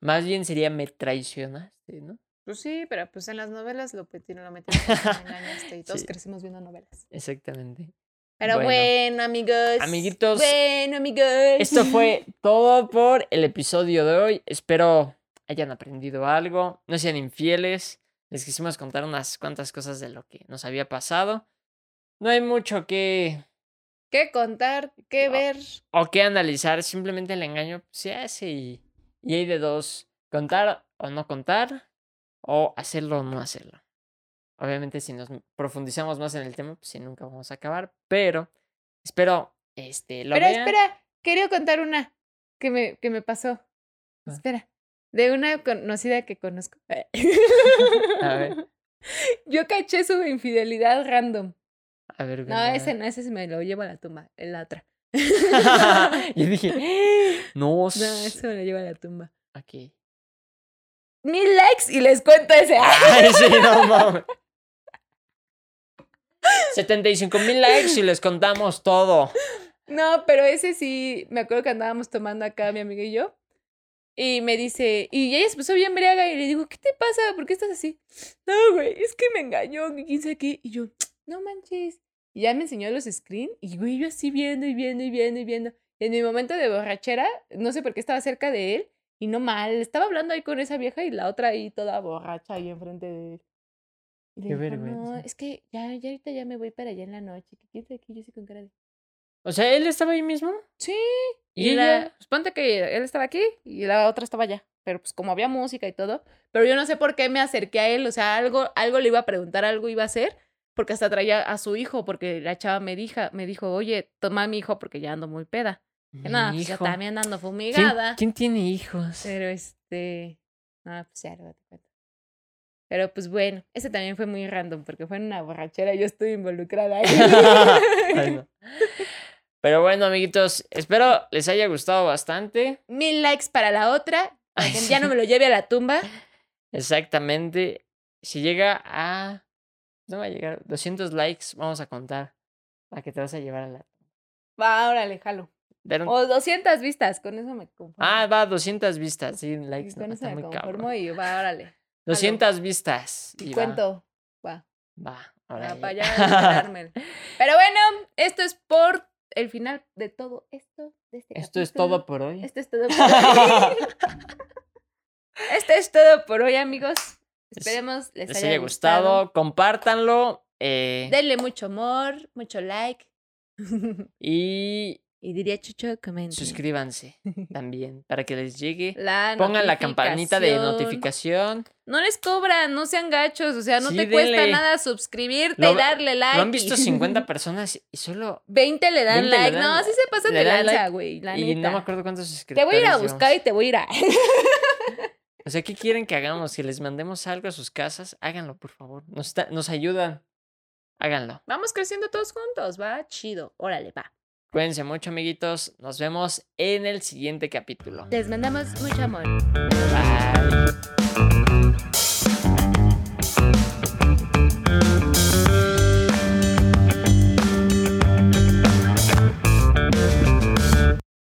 S2: Más bien sería me traicionaste, ¿no?
S1: Pues sí, pero pues en las novelas lo metieron, lo metieron. pues, me engañaste y todos
S2: Sí.
S1: crecimos viendo novelas.
S2: Exactamente.
S1: Pero bueno,
S2: Bueno.
S1: amigos.
S2: Amiguitos,
S1: Bueno, amigos.
S2: Esto fue todo por el episodio de hoy. Espero hayan aprendido algo. No sean infieles. Les quisimos contar unas cuantas cosas de lo que nos había pasado. No hay mucho que
S1: ¿Qué contar? ¿Qué
S2: Ah.
S1: ver?
S2: o que analizar. Simplemente el engaño pues, se hace y, y hay de dos. Contar o no contar. O hacerlo o no hacerlo. Obviamente si nos profundizamos más en el tema, pues sí, nunca vamos a acabar. Pero espero este, lo
S1: Pero
S2: vean.
S1: espera, quería contar una que me, que me pasó.
S2: Ah.
S1: Espera. De una conocida que conozco.
S2: A ver.
S1: Yo caché su infidelidad random.
S2: A ver,
S1: No,
S2: venga.
S1: ese no, ese se me lo llevo a la tumba, en la otra.
S2: Yo dije, no,
S1: No,
S2: s-
S1: ese me lo llevo a la tumba.
S2: aquí.
S1: Mil likes y les cuento ese.
S2: Ay, sí, no mames. 75 mil likes y les contamos todo.
S1: No, pero ese sí, me acuerdo que andábamos tomando acá mi amiga y yo. Y me dice, y ella se puso bien briaga y le digo, ¿qué te pasa? ¿Por qué estás así? No, güey, es que me engañó, que quién sabe qué. Y yo, no manches. Y ya me enseñó los screen y güey, yo así viendo y viendo y viendo y viendo. Y en mi momento de borrachera, no sé por qué estaba cerca de él y no mal, estaba hablando ahí con esa vieja y la otra ahí toda borracha ahí enfrente de él. Y le
S2: Qué
S1: dijo, no,
S2: vergüenza.
S1: es que ya, ya ahorita ya me voy para allá en la noche. ¿Qué quieres aquí? Yo sí con cara de...
S2: O sea, él estaba ahí mismo.
S1: Sí, y
S2: Y ella.
S1: la, pues ponte que él estaba aquí y la otra estaba allá. Pero pues como había música y todo, pero yo no sé por qué me acerqué a él, o sea, algo, algo le iba a preguntar, algo iba a hacer, porque hasta traía a su hijo, porque la chava me dijo, me dijo, oye, toma a mi hijo porque ya ando muy peda. Que no, pues yo
S2: hijo.
S1: también ando
S2: ¿Quién,
S1: fumigada.
S2: quién tiene hijos?
S1: Pero este, ah, pues ya, luego te cuento. Pero pues bueno, ese también fue muy random, porque fue en una borrachera, yo estuve involucrada.
S2: Ay, no. Pero bueno, amiguitos, espero les haya gustado bastante.
S1: Mil likes para la otra,
S2: Ay,
S1: que
S2: sí.
S1: ya no me lo lleve a la tumba.
S2: Exactamente. Si llega a. No va a llegar. 200 likes, vamos a contar. La que te vas a llevar a la.
S1: Va, órale, jalo.
S2: Dar un-
S1: O 200 vistas, con eso me conformo.
S2: Ah, va, 200 vistas. Sí, likes.
S1: con eso
S2: No, está
S1: me
S2: muy
S1: conformo
S2: cabrón.
S1: y va, órale.
S2: 200 vistas.
S1: Y
S2: va,
S1: cuento. Va,
S2: Va,
S1: va,
S2: órale.
S1: para ya enterarme. Pero bueno, esto es por el final de todo esto. de este
S2: Esto es
S1: capítulo.
S2: todo por hoy.
S1: Esto es todo por hoy. esto es todo por hoy, amigos. Esperemos les,
S2: Les haya gustado, compártanlo. eh,
S1: Denle mucho amor, mucho like.
S2: y
S1: y diría Chucho, comenten.
S2: suscríbanse también para que les llegue.
S1: La
S2: Pongan la campanita de
S1: notificación.
S2: notificación.
S1: No les cobran, no sean gachos, o sea, no
S2: Sí,
S1: te cuesta
S2: denle.
S1: nada suscribirte
S2: Lo-
S1: y darle like.
S2: Lo han visto
S1: y-
S2: 50 personas y solo.
S1: 20 le dan
S2: 20 le
S1: like.
S2: dan-
S1: no, así se pasa
S2: le
S1: de
S2: dan
S1: lanza,
S2: like
S1: güey, la
S2: y
S1: neta.
S2: no me acuerdo cuántos suscriptores.
S1: te voy a ir a
S2: llevamos.
S1: buscar y te voy a ir a.
S2: O sea, ¿qué quieren que hagamos? Si les mandemos algo a sus casas, háganlo, por favor. Nos, está- nos ayudan. Háganlo.
S1: Vamos creciendo todos juntos, va chido. Órale, va.
S2: Cuídense mucho, amiguitos. Nos vemos en el siguiente capítulo.
S1: Les mandamos mucho amor.
S2: Bye.